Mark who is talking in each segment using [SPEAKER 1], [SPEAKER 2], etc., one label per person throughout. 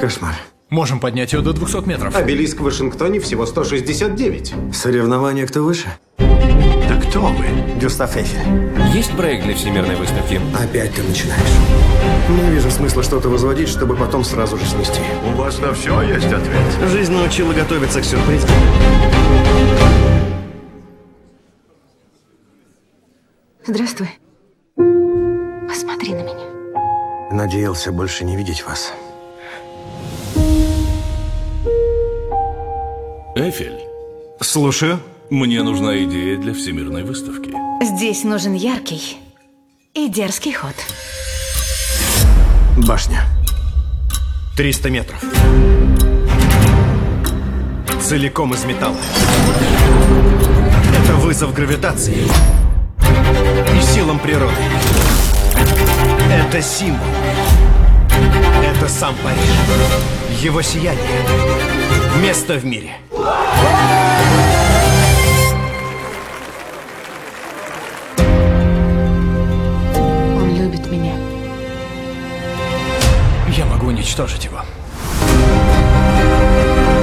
[SPEAKER 1] Кошмар.
[SPEAKER 2] Можем поднять ее до 200 метров.
[SPEAKER 3] Обелиск в Вашингтоне всего 169.
[SPEAKER 1] Соревнования кто выше?
[SPEAKER 3] Да кто вы?
[SPEAKER 1] Гюстав Эйфель.
[SPEAKER 4] Есть проект для всемирной выставки?
[SPEAKER 1] Опять ты начинаешь.
[SPEAKER 3] Не вижу смысла что-то возводить, чтобы потом сразу же снести.
[SPEAKER 5] У вас на все есть ответ.
[SPEAKER 6] Жизнь научила готовиться к сюрпризам.
[SPEAKER 7] Здравствуй. Посмотри на меня.
[SPEAKER 1] Надеялся больше не видеть вас.
[SPEAKER 8] Эфель,
[SPEAKER 6] Слушаю.
[SPEAKER 8] мне нужна идея для всемирной выставки.
[SPEAKER 7] Здесь нужен яркий и дерзкий ход.
[SPEAKER 1] Башня.
[SPEAKER 6] 300 метров. Целиком из металла. Это вызов гравитации и силам природы. Это символ. Это сам Париж. Его сияние. Место в мире.
[SPEAKER 7] Он любит меня.
[SPEAKER 2] Я могу уничтожить его.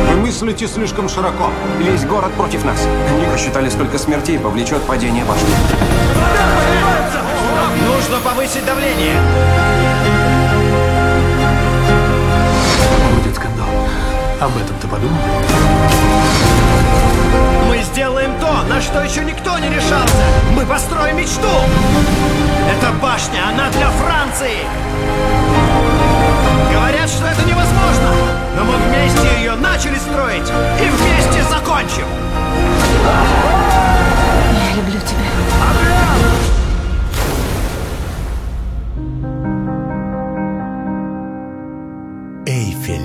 [SPEAKER 3] Вы мыслите слишком широко.
[SPEAKER 9] Весь город против нас. Они посчитали, сколько смертей повлечет падение башни.
[SPEAKER 6] Нужно повысить давление.
[SPEAKER 3] Будет скандал. Об этом ты подумал?
[SPEAKER 6] Мы сделаем то, на что еще никто не решался. Мы построим мечту. Эта башня, она для Франции. Говорят, что это невозможно. Но мы вместе ее начали строить и вместе закончим.
[SPEAKER 7] Я люблю тебя.
[SPEAKER 10] Эйфель.